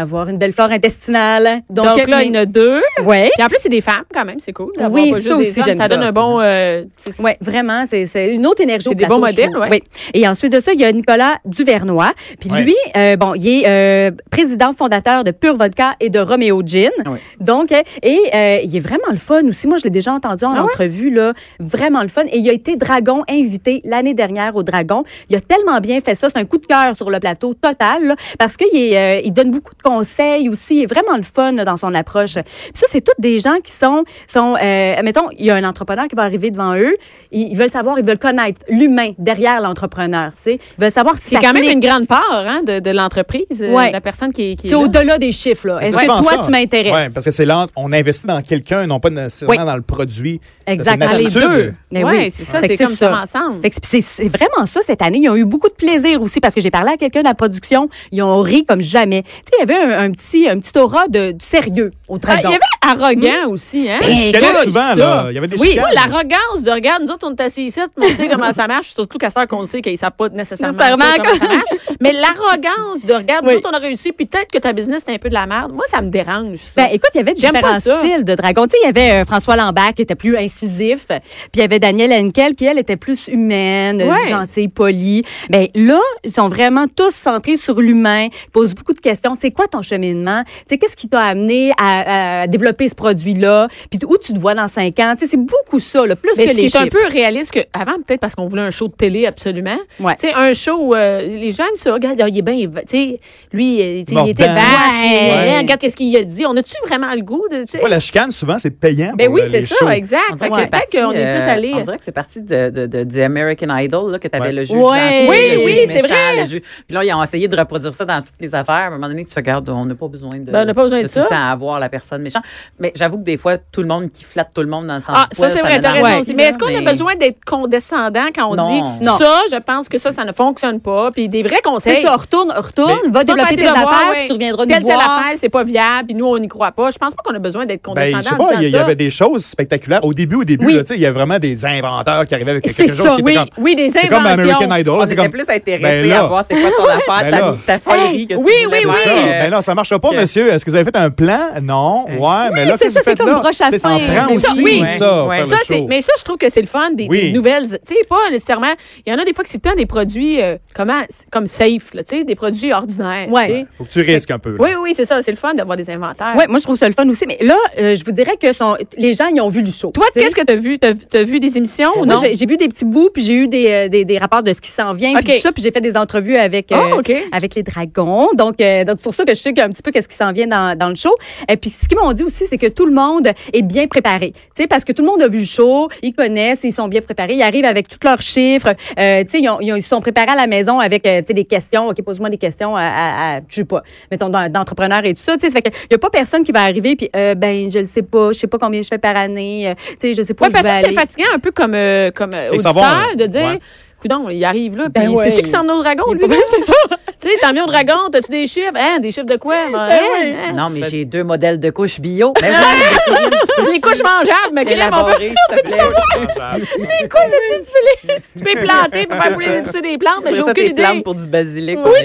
[SPEAKER 2] avoir une belle flore intestinale. Donc,
[SPEAKER 1] Donc là,
[SPEAKER 2] mais-
[SPEAKER 1] il y en a deux.
[SPEAKER 2] Ouais.
[SPEAKER 1] Puis en plus, c'est des femmes quand même, c'est cool. d'avoir
[SPEAKER 2] Oui,
[SPEAKER 1] pas
[SPEAKER 2] ça
[SPEAKER 1] juste des
[SPEAKER 2] aussi,
[SPEAKER 1] hommes.
[SPEAKER 2] j'aime
[SPEAKER 1] Ça
[SPEAKER 2] ça,
[SPEAKER 1] donne un bon. euh, c'est-
[SPEAKER 2] Oui, vraiment, c'est c'est une autre énergie
[SPEAKER 1] C'est
[SPEAKER 2] au
[SPEAKER 1] des
[SPEAKER 2] plateau,
[SPEAKER 1] bons
[SPEAKER 2] je trouve.
[SPEAKER 1] modèles, ouais.
[SPEAKER 2] Oui. Et ensuite de ça, il y a Nicolas Duvernois. Puis
[SPEAKER 4] Ouais.
[SPEAKER 2] lui, euh, bon, il est euh, président fondateur de Pure Vodka et de Romeo Gin.
[SPEAKER 3] Ouais.
[SPEAKER 2] Donc, euh, et euh, il est vraiment le fun aussi. Moi, je l'ai déjà entendu en
[SPEAKER 1] Ah ouais?
[SPEAKER 2] entrevue, là. Vraiment le fun. Et il a été Dragon invité l'année dernière au Dragon. Il a tellement bien fait ça. C'est un coup de cœur sur le plateau total, là, parce qu'il est, euh, il donne beaucoup de conseils aussi. Il est vraiment le fun là, dans son approche. Puis ça, c'est toutes des gens qui sont, sont euh, mettons, il y a un entrepreneur qui va arriver devant eux. Ils, ils veulent savoir, ils veulent connaître l'humain derrière l'entrepreneur, tu sais. Ils veulent savoir si
[SPEAKER 1] C'est
[SPEAKER 2] ça
[SPEAKER 1] quand même
[SPEAKER 2] clique.
[SPEAKER 1] une grande part hein, de, de l'entreprise, euh,
[SPEAKER 2] Ouais.
[SPEAKER 1] de la personne qui, qui est
[SPEAKER 2] C'est
[SPEAKER 1] là.
[SPEAKER 2] au-delà des chiffres, là. Est-ce
[SPEAKER 4] C'est
[SPEAKER 2] que
[SPEAKER 4] souvent
[SPEAKER 2] toi,
[SPEAKER 4] ça.
[SPEAKER 2] tu m'intéresses?
[SPEAKER 4] Ouais, parce que c'est là, on investit dans quelqu'un, non pas nécessairement
[SPEAKER 2] Oui.
[SPEAKER 4] dans le produit.
[SPEAKER 2] Exactement.
[SPEAKER 4] C'est une
[SPEAKER 1] les
[SPEAKER 4] attitude.
[SPEAKER 1] deux.
[SPEAKER 2] Mais
[SPEAKER 1] ouais,
[SPEAKER 2] Ben oui.
[SPEAKER 1] c'est ça,
[SPEAKER 2] Fait que
[SPEAKER 1] c'est
[SPEAKER 2] c'est
[SPEAKER 1] comme ça
[SPEAKER 2] ça.
[SPEAKER 1] ensemble.
[SPEAKER 2] Fait que c'est- c'est vraiment ça cette année. Ils ont eu beaucoup de plaisir aussi parce que j'ai parlé à quelqu'un de la production. Ils ont ri comme jamais. Tu sais, il y avait un, un petit, un petit aura de, du sérieux au
[SPEAKER 1] Ah, il
[SPEAKER 2] dragon.
[SPEAKER 1] y avait arrogant aussi,
[SPEAKER 2] Ben,
[SPEAKER 1] hein?
[SPEAKER 4] Je chicanais
[SPEAKER 1] écoute,
[SPEAKER 4] souvent,
[SPEAKER 1] ça.
[SPEAKER 4] là. Il y avait des
[SPEAKER 1] Oui,
[SPEAKER 4] chicanes.
[SPEAKER 1] moi, l'arrogance de regarde, nous autres, on est assis ici, mais on sait comment ça marche, surtout qu'à ce qu'on sait qu'ils ne savent pas nécessairement ça,
[SPEAKER 2] Nécessairement,
[SPEAKER 1] comment ça marche. Mais l'arrogance de regarde, nous
[SPEAKER 2] Oui.
[SPEAKER 1] autres, on a réussi, puis peut-être que ta business, c'est un peu de la merde. Moi, ça me dérange. Ça.
[SPEAKER 2] Ben, écoute, il y avait
[SPEAKER 1] J'aime pas
[SPEAKER 2] différents
[SPEAKER 1] ça.
[SPEAKER 2] styles de dragon. Tu sais, il y avait euh, François Lambert qui était plus incisif, puis il y avait Daniel Henkel qui, elle, était plus humaine, euh,
[SPEAKER 1] Ouais.
[SPEAKER 2] gentille, polie. Ben là, ils sont vraiment tous centrés sur l'humain, ils posent beaucoup de questions. C'est quoi ton cheminement? Tu sais, qu'est-ce qui t'a amené à, à développer ce produit-là? Puis où tu te vois dans cinq ans? Tu sais, c'est beaucoup ça, là, plus
[SPEAKER 1] Mais
[SPEAKER 2] que
[SPEAKER 1] ce qui
[SPEAKER 2] les
[SPEAKER 1] est un
[SPEAKER 2] chiffres.
[SPEAKER 1] peu réaliste que avant peut-être parce qu'on voulait un show de télé absolument.
[SPEAKER 2] Ouais.
[SPEAKER 1] Tu sais un show euh, les gens aiment ça regarde il est bien tu sais lui euh, tu sais, il était
[SPEAKER 4] Mordant.
[SPEAKER 1] vache,
[SPEAKER 2] Ouais.
[SPEAKER 1] il est- regarde qu'est-ce qu'il a dit. On a-tu vraiment le goût de tu sais
[SPEAKER 4] Ouais, la chicane, souvent, c'est payant.
[SPEAKER 1] Ben
[SPEAKER 4] pour,
[SPEAKER 1] oui,
[SPEAKER 4] euh,
[SPEAKER 1] c'est
[SPEAKER 4] les
[SPEAKER 1] ça,
[SPEAKER 4] shows.
[SPEAKER 1] exact.
[SPEAKER 3] On
[SPEAKER 1] Fait
[SPEAKER 3] dirait
[SPEAKER 1] que
[SPEAKER 3] que c'est
[SPEAKER 1] peut-être
[SPEAKER 3] parti,
[SPEAKER 1] qu'on est
[SPEAKER 3] euh,
[SPEAKER 1] plus allé
[SPEAKER 3] On dirait que c'est parti de, de, de- du American Idol, là, que t'avais
[SPEAKER 4] Ouais.
[SPEAKER 3] le juge
[SPEAKER 2] Ouais.
[SPEAKER 3] gentil,
[SPEAKER 2] Oui,
[SPEAKER 3] le
[SPEAKER 2] oui,
[SPEAKER 3] juge
[SPEAKER 1] c'est
[SPEAKER 3] méchant,
[SPEAKER 1] vrai.
[SPEAKER 3] le juge- Puis là, ils ont essayé de reproduire ça dans toutes les affaires. À un moment donné, tu fais, regarde, on n'a pas besoin de,
[SPEAKER 1] Ben, on n'a pas besoin de
[SPEAKER 3] tout le
[SPEAKER 1] ça.
[SPEAKER 3] temps avoir la personne méchante. Mais j'avoue que des fois, tout le monde qui flatte tout le monde dans le sens
[SPEAKER 1] ah,
[SPEAKER 3] du
[SPEAKER 1] ça
[SPEAKER 3] poil,
[SPEAKER 1] c'est vrai, t'as
[SPEAKER 3] m'énerve
[SPEAKER 1] raison
[SPEAKER 2] Ouais.
[SPEAKER 1] aussi.
[SPEAKER 3] aussi,
[SPEAKER 1] Mais
[SPEAKER 3] là,
[SPEAKER 1] est-ce qu'on a
[SPEAKER 3] mais-
[SPEAKER 1] besoin d'être condescendant quand on
[SPEAKER 3] Non.
[SPEAKER 1] dit
[SPEAKER 2] Non.
[SPEAKER 1] ça, je pense que ça, ça ne fonctionne pas. Puis des vrais conseils.
[SPEAKER 2] C'est ça, retourne, retourne,
[SPEAKER 1] Pas
[SPEAKER 2] va
[SPEAKER 1] faire
[SPEAKER 2] développer tes
[SPEAKER 1] devoirs,
[SPEAKER 2] affaires,
[SPEAKER 1] ouais.
[SPEAKER 2] puis tu reviendras nous
[SPEAKER 1] telle,
[SPEAKER 2] voir.
[SPEAKER 1] Telle affaire, c'est pas viable, puis nous, on n'y croit pas. Je pense pas qu'on a besoin d'être
[SPEAKER 4] Ben, je sais
[SPEAKER 1] condescendant. en
[SPEAKER 4] pas, il y- il y
[SPEAKER 1] disant ça.
[SPEAKER 4] avait des choses spectaculaires. Au début, au début,
[SPEAKER 2] Oui.
[SPEAKER 4] là, tu sais, il y a vraiment des inventeurs qui arrivaient avec
[SPEAKER 2] C'est
[SPEAKER 4] quelque chose
[SPEAKER 2] ça,
[SPEAKER 4] qui
[SPEAKER 1] oui,
[SPEAKER 4] était comme...
[SPEAKER 1] oui, des
[SPEAKER 4] C'est comme
[SPEAKER 1] inventions.
[SPEAKER 4] American Idol.
[SPEAKER 3] On
[SPEAKER 4] Oh, c'est
[SPEAKER 3] était
[SPEAKER 4] comme-
[SPEAKER 3] plus intéressés
[SPEAKER 4] Ben là,
[SPEAKER 3] à voir c'était quoi ton affaire, ta-
[SPEAKER 4] Ben là.
[SPEAKER 3] ta folie que tu
[SPEAKER 1] oui,
[SPEAKER 3] voulais
[SPEAKER 1] oui,
[SPEAKER 4] C'est
[SPEAKER 1] oui.
[SPEAKER 4] ça.
[SPEAKER 3] faire, euh,
[SPEAKER 4] Ben non, ça marchera pas,
[SPEAKER 3] que-
[SPEAKER 4] monsieur. Est-ce que vous avez fait un plan? Non. Ouais, mais là,
[SPEAKER 2] c'est
[SPEAKER 4] qu'est-ce
[SPEAKER 2] ça,
[SPEAKER 4] que
[SPEAKER 2] c'est
[SPEAKER 4] vous faites
[SPEAKER 2] comme
[SPEAKER 4] là?
[SPEAKER 2] broche à
[SPEAKER 4] C'est- Ça en
[SPEAKER 2] fin.
[SPEAKER 4] prend
[SPEAKER 2] Mais
[SPEAKER 4] aussi,
[SPEAKER 1] ça, oui.
[SPEAKER 4] ça.
[SPEAKER 3] Ouais.
[SPEAKER 4] faire
[SPEAKER 1] Ça,
[SPEAKER 4] le
[SPEAKER 1] c'est,
[SPEAKER 4] show.
[SPEAKER 1] mais ça, je trouve que c'est le fun des, des
[SPEAKER 4] Oui.
[SPEAKER 1] nouvelles. Tu sais, pas nécessairement. Il y en a des fois que c'est le temps des produits euh, comment, comme safe, là, tu sais, des produits ordinaires.
[SPEAKER 2] Ouais.
[SPEAKER 1] tu sais.
[SPEAKER 4] Faut que tu risques un peu. là.
[SPEAKER 1] Oui, oui, c'est ça. C'est le fun d'avoir des inventaires.
[SPEAKER 2] Ouais, moi je trouve ça le fun aussi. Mais là, euh, je vous dirais que son- les gens ils ont vu du show.
[SPEAKER 1] Toi,
[SPEAKER 2] Tu sais,
[SPEAKER 1] qu'est-ce que t'as vu? T'as, t'as vu des émissions ou
[SPEAKER 2] Moi,
[SPEAKER 1] non?
[SPEAKER 2] j'ai j'ai vu des petits bouts, puis j'ai eu des, euh, des, des rapports de ce qui s'en vient,
[SPEAKER 1] OK.
[SPEAKER 2] puis tout ça, puis j'ai fait des entrevues avec, euh,
[SPEAKER 1] Ah, OK.
[SPEAKER 2] avec les dragons. Donc, euh, donc c'est pour ça que je sais un petit peu qu'est-ce qui s'en vient dans, dans le show. Et puis, ce qu'ils m'ont dit aussi, c'est que tout le monde est bien préparé. Tu sais, parce que tout le monde a vu le show, ils connaissent, ils sont bien préparés, ils arrivent avec tous leurs chiffres. Euh, tu sais, ils, ont- ils ont- ils se sont préparés à la maison avec, euh, tu sais, des questions. OK, pose-moi des questions à, à, à- je sais pas, mettons, d'en- d'entrepreneurs et tout ça. Tu sais, ça fait que y a pas personne qui va arriver, puis, euh, ben, je le sais pas, je sais pas combien je fais par année, euh, tu sais, je sais pas
[SPEAKER 1] Ouais,
[SPEAKER 2] où je
[SPEAKER 1] parce
[SPEAKER 2] vais
[SPEAKER 1] que
[SPEAKER 2] aller.
[SPEAKER 1] c'est fatigant un peu comme, euh, comme euh,
[SPEAKER 4] Et
[SPEAKER 1] auditeur
[SPEAKER 4] savoir, euh,
[SPEAKER 1] de dire.
[SPEAKER 4] ouais.
[SPEAKER 1] coudon, il arrive là.
[SPEAKER 2] Ben
[SPEAKER 1] Puis
[SPEAKER 2] ouais.
[SPEAKER 1] c'est-tu qui s'en au dragon, lui?
[SPEAKER 2] Ben, c'est ça.
[SPEAKER 1] Tu sais, t'as mis au dragon, t'as-tu des chiffres? Hein, des chiffres de quoi? Hein,
[SPEAKER 2] oui.
[SPEAKER 1] hein?
[SPEAKER 3] Euh, Non, mais j'ai deux modèles de couches bio. Mais oui,
[SPEAKER 1] Des couches mangeables, mais crème, on peut.
[SPEAKER 3] élaboré, s'il te plaît.
[SPEAKER 1] Des couches, mais tu peux les, tu peux les planter pour faire pousser- pousser des plantes, mais j'ai
[SPEAKER 3] Mais ça,
[SPEAKER 1] aucune
[SPEAKER 3] tes
[SPEAKER 1] idée.
[SPEAKER 3] plantes pour du basilic.
[SPEAKER 1] Oui,
[SPEAKER 3] pour
[SPEAKER 1] c'est-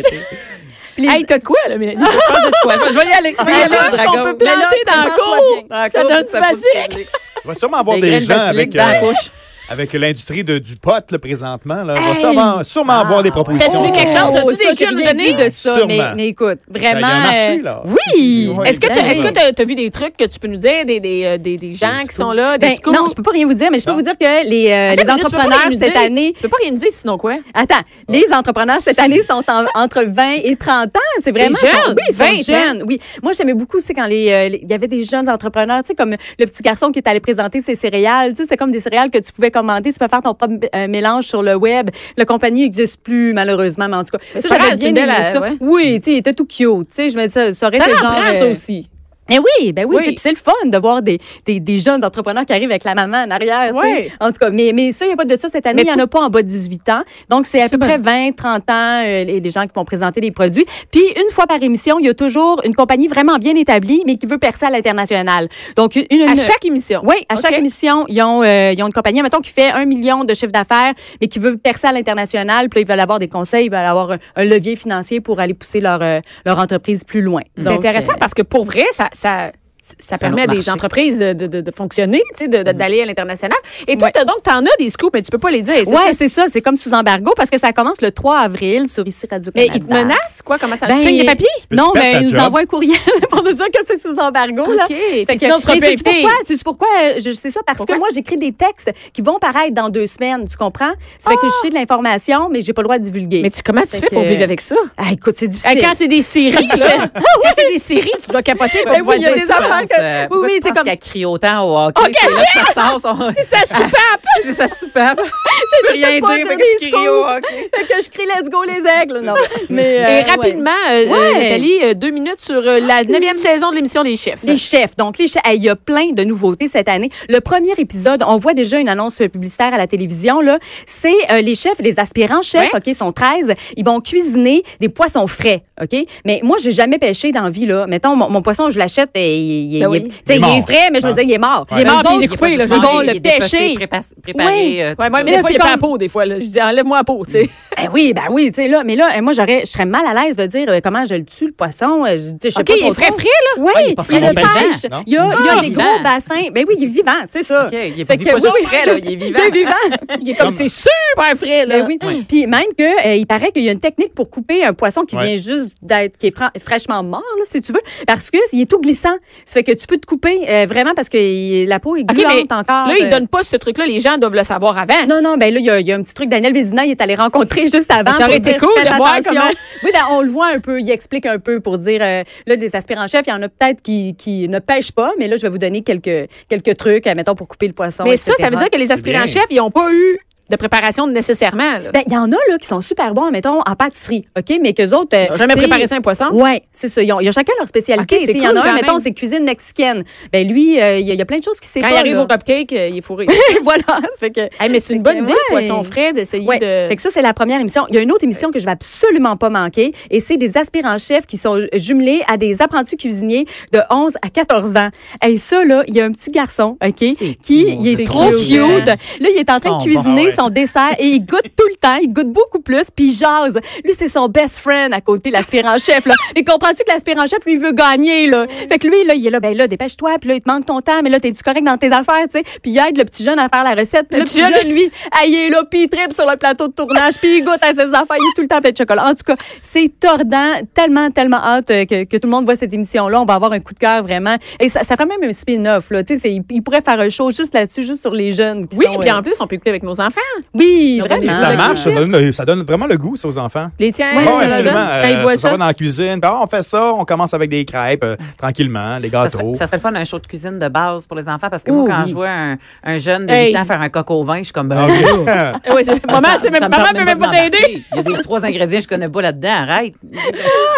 [SPEAKER 3] l'été.
[SPEAKER 1] Hey, t'as de quoi, là, Mélanie?
[SPEAKER 3] Pas de quoi. Je vais y aller. Je vais y
[SPEAKER 1] Des
[SPEAKER 3] aller,
[SPEAKER 1] couches
[SPEAKER 3] dragon.
[SPEAKER 1] qu'on peut
[SPEAKER 2] Mais là,
[SPEAKER 1] planter dans la
[SPEAKER 2] prends-toi
[SPEAKER 1] cour.
[SPEAKER 3] Dans la
[SPEAKER 1] Ça
[SPEAKER 3] couche,
[SPEAKER 1] donne du
[SPEAKER 3] ça pousse
[SPEAKER 1] basique.
[SPEAKER 3] basilic.
[SPEAKER 4] Il va sûrement avoir
[SPEAKER 3] Des
[SPEAKER 4] des,
[SPEAKER 3] graines
[SPEAKER 4] gens
[SPEAKER 3] basilic
[SPEAKER 4] avec,
[SPEAKER 3] dans la
[SPEAKER 4] euh,
[SPEAKER 3] couche.
[SPEAKER 4] avec l'industrie de- du pot, là, présentement. Là. Il va
[SPEAKER 2] Hey!
[SPEAKER 4] sûrement, sûrement avoir des propositions.
[SPEAKER 1] T'as-tu vu quelque chose? T'as-tu des
[SPEAKER 2] Ça, j'ai
[SPEAKER 1] kills
[SPEAKER 2] rien
[SPEAKER 1] donnés?
[SPEAKER 2] vu de ça,
[SPEAKER 4] Sûrement.
[SPEAKER 2] mais, mais écoute, vraiment.
[SPEAKER 4] Ça a marché,
[SPEAKER 2] euh,
[SPEAKER 4] là.
[SPEAKER 2] Oui.
[SPEAKER 4] Ouais.
[SPEAKER 1] Est-ce que tu
[SPEAKER 2] Ben oui.
[SPEAKER 1] as, vu des trucs que tu peux nous dire, des, des, euh, des, des gens
[SPEAKER 3] Des
[SPEAKER 1] qui sont là, des
[SPEAKER 2] Ben,
[SPEAKER 1] scoops? Ah,
[SPEAKER 2] non, je peux pas rien vous dire, mais je peux vous dire que les, euh, les
[SPEAKER 1] Attends, mais là, tu peux pas
[SPEAKER 2] entrepreneurs
[SPEAKER 1] rien nous
[SPEAKER 2] cette
[SPEAKER 1] dire.
[SPEAKER 2] année.
[SPEAKER 1] Tu peux pas rien me dire, sinon quoi?
[SPEAKER 2] Attends, les entrepreneurs cette année sont en- entre 20 et 30 ans. C'est vraiment
[SPEAKER 1] Des jeunes,
[SPEAKER 2] sont- oui, ils sont
[SPEAKER 1] 20 ans.
[SPEAKER 2] jeunes. Oui, moi j'aimais beaucoup aussi quand les euh, les- il y avait des jeunes entrepreneurs, tu sais comme le petit garçon qui est allé présenter ses céréales, tu sais c'est comme des céréales que tu pouvais commander, tu peux faire ton propre euh, mélange sur le web. La compagnie n'existe plus malheureusement, mais en tout cas,
[SPEAKER 1] Mais
[SPEAKER 2] ça
[SPEAKER 1] c'est pas
[SPEAKER 2] j'avais
[SPEAKER 1] grave,
[SPEAKER 2] bien
[SPEAKER 1] c'est
[SPEAKER 2] aimé
[SPEAKER 1] belle,
[SPEAKER 2] ça.
[SPEAKER 1] euh, ouais.
[SPEAKER 2] Oui, tu sais, il était tout cute, tu sais, je me disais ça aurait
[SPEAKER 1] Ça
[SPEAKER 2] été
[SPEAKER 1] en
[SPEAKER 2] genre
[SPEAKER 1] prend, ça
[SPEAKER 2] euh,
[SPEAKER 1] aussi.
[SPEAKER 2] mais oui, ben oui,
[SPEAKER 1] Oui.
[SPEAKER 2] puis c'est le fun de voir des, des, des jeunes entrepreneurs qui arrivent avec la maman en arrière. tu sais.
[SPEAKER 1] Oui.
[SPEAKER 2] En tout cas, mais, mais ça, il n'y a pas de ça cette année.
[SPEAKER 1] Mais
[SPEAKER 2] Il n'y en a pas en bas de 18 ans. Donc, c'est à peu
[SPEAKER 1] bon.
[SPEAKER 2] près 20, 30 ans, euh, les, les gens qui vont présenter les produits. Puis, une fois par émission, il y a toujours une compagnie vraiment bien établie, mais qui veut percer à l'international. Donc, une, une-
[SPEAKER 1] À chaque émission.
[SPEAKER 2] oui, à chaque
[SPEAKER 1] OK.
[SPEAKER 2] émission, ils ont, euh, ils ont une compagnie, mettons, qui fait un million de chiffre d'affaires, mais qui veut percer à l'international. Puis là, ils veulent avoir des conseils, ils veulent avoir un, un levier financier pour aller pousser leur, euh, leur entreprise plus loin.
[SPEAKER 1] C'est
[SPEAKER 2] Donc,
[SPEAKER 1] intéressant
[SPEAKER 2] euh,
[SPEAKER 1] parce que pour vrai, ça. ça ça
[SPEAKER 3] un
[SPEAKER 1] permet à
[SPEAKER 3] autre
[SPEAKER 1] des
[SPEAKER 3] marché. Mhm.
[SPEAKER 1] entreprises de, de, de, de fonctionner, tu sais, de- de- d'aller à l'international. Et toi,
[SPEAKER 2] Ouais.
[SPEAKER 1] t'as- donc, t'en as des scoops, mais tu peux pas les dire. c'est
[SPEAKER 2] Ouais,
[SPEAKER 1] ça?
[SPEAKER 2] c'est ça. C'est comme sous embargo parce que ça commence le 3 avril sur ici Radio
[SPEAKER 1] Mais
[SPEAKER 2] Canada.
[SPEAKER 1] ils te menacent, quoi? Comment ça?
[SPEAKER 2] Ben,
[SPEAKER 1] tu signes des papiers?
[SPEAKER 4] Mais
[SPEAKER 2] Non,
[SPEAKER 4] tu perds
[SPEAKER 2] mais
[SPEAKER 4] ta
[SPEAKER 2] ils nous
[SPEAKER 4] job.
[SPEAKER 2] envoient un courriel pour nous dire que c'est sous embargo. Là.
[SPEAKER 1] OK. Fait
[SPEAKER 2] Fait
[SPEAKER 1] que
[SPEAKER 2] que-
[SPEAKER 1] sinon, tu seras
[SPEAKER 2] mais sais-tu
[SPEAKER 1] payé.
[SPEAKER 2] pourquoi? Tu sais pourquoi? Je sais ça parce
[SPEAKER 1] Pourquoi?
[SPEAKER 2] que moi, j'écris des textes qui vont paraître dans deux semaines. Tu comprends? Ça fait que je sais de l'information, mais j'ai pas le droit de divulguer.
[SPEAKER 1] Ah! Mais tu, comment tu
[SPEAKER 2] Fait
[SPEAKER 1] fais pour
[SPEAKER 2] que-
[SPEAKER 1] vivre avec ça?
[SPEAKER 2] Ah, écoute, c'est difficile.
[SPEAKER 1] Hey, Quand c'est des séries, là, quand c'est des séries, tu dois capoter pour
[SPEAKER 2] Ben
[SPEAKER 1] pouvoir
[SPEAKER 2] oui, il y a
[SPEAKER 1] dire
[SPEAKER 2] des
[SPEAKER 1] ça.
[SPEAKER 2] affaires que-
[SPEAKER 3] Euh, pourquoi
[SPEAKER 2] oui, oui,
[SPEAKER 3] tu
[SPEAKER 2] c'est
[SPEAKER 3] penses
[SPEAKER 2] comme-
[SPEAKER 3] qu'elle crie autant au hockey. C'est là que ça sort son...
[SPEAKER 1] Ça
[SPEAKER 2] Ah.
[SPEAKER 1] soupape!
[SPEAKER 3] C'est sa soupape. Je peux
[SPEAKER 2] ça,
[SPEAKER 3] rien
[SPEAKER 2] c'est pas
[SPEAKER 3] dire, fait
[SPEAKER 2] dire
[SPEAKER 3] que je
[SPEAKER 2] des
[SPEAKER 3] crie au
[SPEAKER 2] scoops.
[SPEAKER 3] hockey.
[SPEAKER 2] Fait que je crie Let's go les aigles. Non. Mais,
[SPEAKER 1] Et
[SPEAKER 2] euh, ouais.
[SPEAKER 1] rapidement, euh,
[SPEAKER 2] Ouais.
[SPEAKER 1] euh, Nathalie, euh, deux minutes sur euh, la neuvième saison de l'émission des chefs.
[SPEAKER 2] Les chefs. Donc, les chefs. Hey, Il y a plein de nouveautés cette année. Le premier épisode, on voit déjà une annonce publicitaire à la télévision, là. C'est euh, les chefs, les aspirants chefs,
[SPEAKER 1] Ouais.
[SPEAKER 2] OK, sont 13. Ils vont cuisiner des poissons frais, OK? Mais moi, j'ai jamais pêché dans la vie, là. Mettons, mon, mon poisson, je l'achète et il, il-
[SPEAKER 1] Ben oui.
[SPEAKER 2] il- tu sais,
[SPEAKER 4] Il est
[SPEAKER 2] il est
[SPEAKER 4] mort.
[SPEAKER 2] frais, mais je veux dire, il est mort.
[SPEAKER 4] Il est
[SPEAKER 2] Eux
[SPEAKER 1] mort, puis il
[SPEAKER 2] autres,
[SPEAKER 1] est coupé, Ah, là, je
[SPEAKER 2] Ils
[SPEAKER 1] veux
[SPEAKER 2] vont
[SPEAKER 1] dire,
[SPEAKER 2] le pêcher. Oui.
[SPEAKER 3] Préparer. euh,
[SPEAKER 1] Ouais, moi, mais
[SPEAKER 2] là,
[SPEAKER 1] des fois,
[SPEAKER 2] tu
[SPEAKER 1] il prend
[SPEAKER 2] comme-
[SPEAKER 1] la peau, des fois. là. Je dis, enlève-moi la peau, tu sais.
[SPEAKER 2] Eh oui, ben oui, tu sais, là. Mais là, euh, moi, j'aurais, je serais mal à l'aise de dire euh, comment je le tue, le poisson. Euh, Je tu sais, je sais
[SPEAKER 1] OK,
[SPEAKER 2] pas
[SPEAKER 1] il est
[SPEAKER 2] trop
[SPEAKER 1] frais,
[SPEAKER 2] trop.
[SPEAKER 1] frais, là.
[SPEAKER 2] Oui,
[SPEAKER 3] Ah, il est
[SPEAKER 2] il,
[SPEAKER 3] pas
[SPEAKER 2] le
[SPEAKER 3] vivant,
[SPEAKER 2] pêche.
[SPEAKER 4] non?
[SPEAKER 2] Il y a,
[SPEAKER 3] Ah,
[SPEAKER 2] il y a des
[SPEAKER 3] vivant.
[SPEAKER 2] gros bassins. Ben oui, il est vivant, c'est ça.
[SPEAKER 3] OK, il est
[SPEAKER 2] Fait
[SPEAKER 3] pas
[SPEAKER 2] que-
[SPEAKER 3] juste
[SPEAKER 2] oui,
[SPEAKER 3] frais, là, il est vivant.
[SPEAKER 2] Il est vivant.
[SPEAKER 1] Il est comme,
[SPEAKER 4] Comme-
[SPEAKER 1] c'est super frais, là.
[SPEAKER 2] Ben oui. Puis même que euh, il paraît qu'il y a une technique pour couper un poisson qui
[SPEAKER 4] Ouais.
[SPEAKER 2] vient juste d'être qui est fra- fraîchement mort là, si tu veux, parce que il est tout glissant. Ça fait que tu peux te couper euh, vraiment parce que il- la peau est
[SPEAKER 1] OK,
[SPEAKER 2] glissante
[SPEAKER 1] mais
[SPEAKER 2] encore.
[SPEAKER 1] là, il
[SPEAKER 2] Euh,
[SPEAKER 1] donne pas ce truc-là. Les gens doivent le savoir avant.
[SPEAKER 2] non, non, ben là, il y, a- il y a un petit truc. Daniel Vézina, il est allé rencontrer juste avant.
[SPEAKER 1] Ça aurait
[SPEAKER 2] pour
[SPEAKER 1] été
[SPEAKER 2] dire,
[SPEAKER 1] cool de
[SPEAKER 2] faites
[SPEAKER 1] voir
[SPEAKER 2] attention.
[SPEAKER 1] comment-
[SPEAKER 2] Oui, ben, on le voit un peu. Il explique un peu pour dire, euh, là, des aspirants-chefs, il y en a peut-être qui, qui ne pêchent pas, mais là, je vais vous donner quelques, quelques trucs, euh, mettons, pour couper le poisson.
[SPEAKER 1] mais ça,
[SPEAKER 2] etc..
[SPEAKER 1] ça veut dire que les aspirants-chefs, ils n'ont pas eu de préparation nécessairement. Là.
[SPEAKER 2] Ben, il y en a, là, qui sont super bons, mettons, en pâtisserie, OK? Mais qu'eux autres. euh,
[SPEAKER 1] Ils n'ont jamais
[SPEAKER 2] tu sais,
[SPEAKER 1] préparé ça un poisson.
[SPEAKER 2] Ouais, c'est ça. Ils ont, ils ont chacun leur spécialité.
[SPEAKER 1] Ok,
[SPEAKER 2] Tu
[SPEAKER 1] c'est
[SPEAKER 2] sais, il y en
[SPEAKER 1] cool
[SPEAKER 2] a un,
[SPEAKER 1] quand
[SPEAKER 2] mettons,
[SPEAKER 1] même.
[SPEAKER 2] c'est cuisine mexicaine. Ben lui, euh, il y, a- il y a plein de choses qui sait
[SPEAKER 1] Quand
[SPEAKER 2] pas.
[SPEAKER 1] il arrive
[SPEAKER 2] là.
[SPEAKER 1] au cupcake, euh, il est fourré.
[SPEAKER 2] voilà. Fait que,
[SPEAKER 1] Hey, mais c'est une
[SPEAKER 2] Fait
[SPEAKER 1] bonne
[SPEAKER 2] que,
[SPEAKER 1] idée,
[SPEAKER 2] ouais.
[SPEAKER 1] poisson frais, d'essayer
[SPEAKER 2] ouais.
[SPEAKER 1] de.
[SPEAKER 2] Fait que ça, c'est la première émission. Il y a une autre émission que je vais absolument pas manquer, et c'est des aspirants-chefs qui sont jumelés à des apprentis cuisiniers de 11 à 14 ans. Et ça, là, il y a un petit garçon, OK, qui, il est
[SPEAKER 3] c'est
[SPEAKER 2] trop
[SPEAKER 3] cute. Oh, bah,
[SPEAKER 2] cute. Là, il est en train
[SPEAKER 3] Ils
[SPEAKER 2] de
[SPEAKER 3] sont
[SPEAKER 2] cuisiner
[SPEAKER 4] bons, ouais.
[SPEAKER 2] son dessert et il goûte tout le temps, il goûte beaucoup plus, puis il jase. Lui, c'est son best friend à côté, l'aspirant-chef, là. Et comprends-tu que l'aspirant-chef, lui, veut gagner, là? Fait que lui, là, il est là, ben là, dépêche-toi, puis là, il te manque ton temps, mais là, t'es-tu correct dans tes affaires, tu sais? Puis il aide le petit jeune à faire la recette. Puis le petit jeune, lui, ah, il est là, puis il tripe sur le plateau de tournage, puis il goûte à ses affaires, il est tout le temps plein de chocolat. En tout cas, c'est tordant, tellement, tellement hâte euh, que, que tout le monde voit cette émission-là. On va avoir un coup de cœur, vraiment. Et ça, ça ferait même un spin-off, là. Tu sais, c'est- il, il pourrait faire un show juste là-dessus, juste sur les jeunes. qui
[SPEAKER 1] Oui,
[SPEAKER 2] sont,
[SPEAKER 1] et puis
[SPEAKER 2] euh,
[SPEAKER 1] en plus, on peut écouter avec nos enfants.
[SPEAKER 2] oui,
[SPEAKER 1] Donc,
[SPEAKER 2] vraiment.
[SPEAKER 1] on est-
[SPEAKER 4] Ça
[SPEAKER 1] Ah,
[SPEAKER 4] marche,
[SPEAKER 1] ok.
[SPEAKER 4] ça donne, le- ça donne vraiment le goût, ça, aux enfants.
[SPEAKER 1] Les tiens,
[SPEAKER 2] Ouais,
[SPEAKER 4] Oui,
[SPEAKER 1] ça leur donne.
[SPEAKER 4] absolument.
[SPEAKER 1] quand ils
[SPEAKER 4] Euh,
[SPEAKER 1] voient
[SPEAKER 4] ça, s'en
[SPEAKER 1] ça.
[SPEAKER 4] va dans la cuisine. Ben, on fait ça, on commence avec des crêpes, euh, tranquillement, les
[SPEAKER 3] Ça serait,
[SPEAKER 4] gâteaux.
[SPEAKER 3] ça serait le fun, un show de cuisine de base pour les enfants, parce que
[SPEAKER 2] Oh,
[SPEAKER 3] moi, quand
[SPEAKER 2] oui.
[SPEAKER 3] je vois un, un jeune de 8
[SPEAKER 1] Hey.
[SPEAKER 3] ans faire un coq au vin, je suis comme... ben,
[SPEAKER 4] Ah,
[SPEAKER 3] ça-
[SPEAKER 4] ok.
[SPEAKER 1] Oui, c'est- maman,
[SPEAKER 3] ça-
[SPEAKER 1] c'est même,
[SPEAKER 3] ça me
[SPEAKER 1] maman
[SPEAKER 3] permet
[SPEAKER 1] peut même
[SPEAKER 3] de
[SPEAKER 1] pas t'aider.
[SPEAKER 3] m'embarquer. Il y a des trois ingrédients que je connais pas là-dedans, arrête.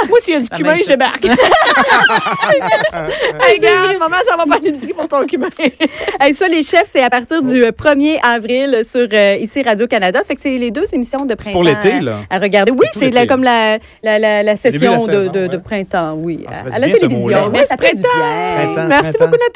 [SPEAKER 1] Moi, s'il y a du cumin,
[SPEAKER 3] m'aide
[SPEAKER 1] je
[SPEAKER 3] Ah, ça.
[SPEAKER 1] débarque. hey, regarde, maman, ça va pas l'épicerie pour ton cumin.
[SPEAKER 2] Hey, ça, les chefs, c'est à partir du euh, 1er avril sur euh, euh, ici Radio-Canada. Ça fait que c'est les deux émissions de printemps.
[SPEAKER 4] C'est pour l'été,
[SPEAKER 2] à-
[SPEAKER 4] là.
[SPEAKER 2] À, regarder. Oui,
[SPEAKER 4] C'est tout
[SPEAKER 2] c'est la-
[SPEAKER 4] l'été.
[SPEAKER 2] comme la, la, la, la
[SPEAKER 4] début de la
[SPEAKER 2] session de,
[SPEAKER 4] saison,
[SPEAKER 2] de- de
[SPEAKER 4] ouais.
[SPEAKER 2] printemps, oui. Euh,
[SPEAKER 4] Ah, ça fait
[SPEAKER 2] à
[SPEAKER 4] du
[SPEAKER 2] la
[SPEAKER 4] bien, ce
[SPEAKER 2] télévision.
[SPEAKER 4] mot-là.
[SPEAKER 2] Oui, ça fait du bien.
[SPEAKER 4] Printemps,
[SPEAKER 1] Merci
[SPEAKER 4] printemps.
[SPEAKER 1] beaucoup, Nathalie.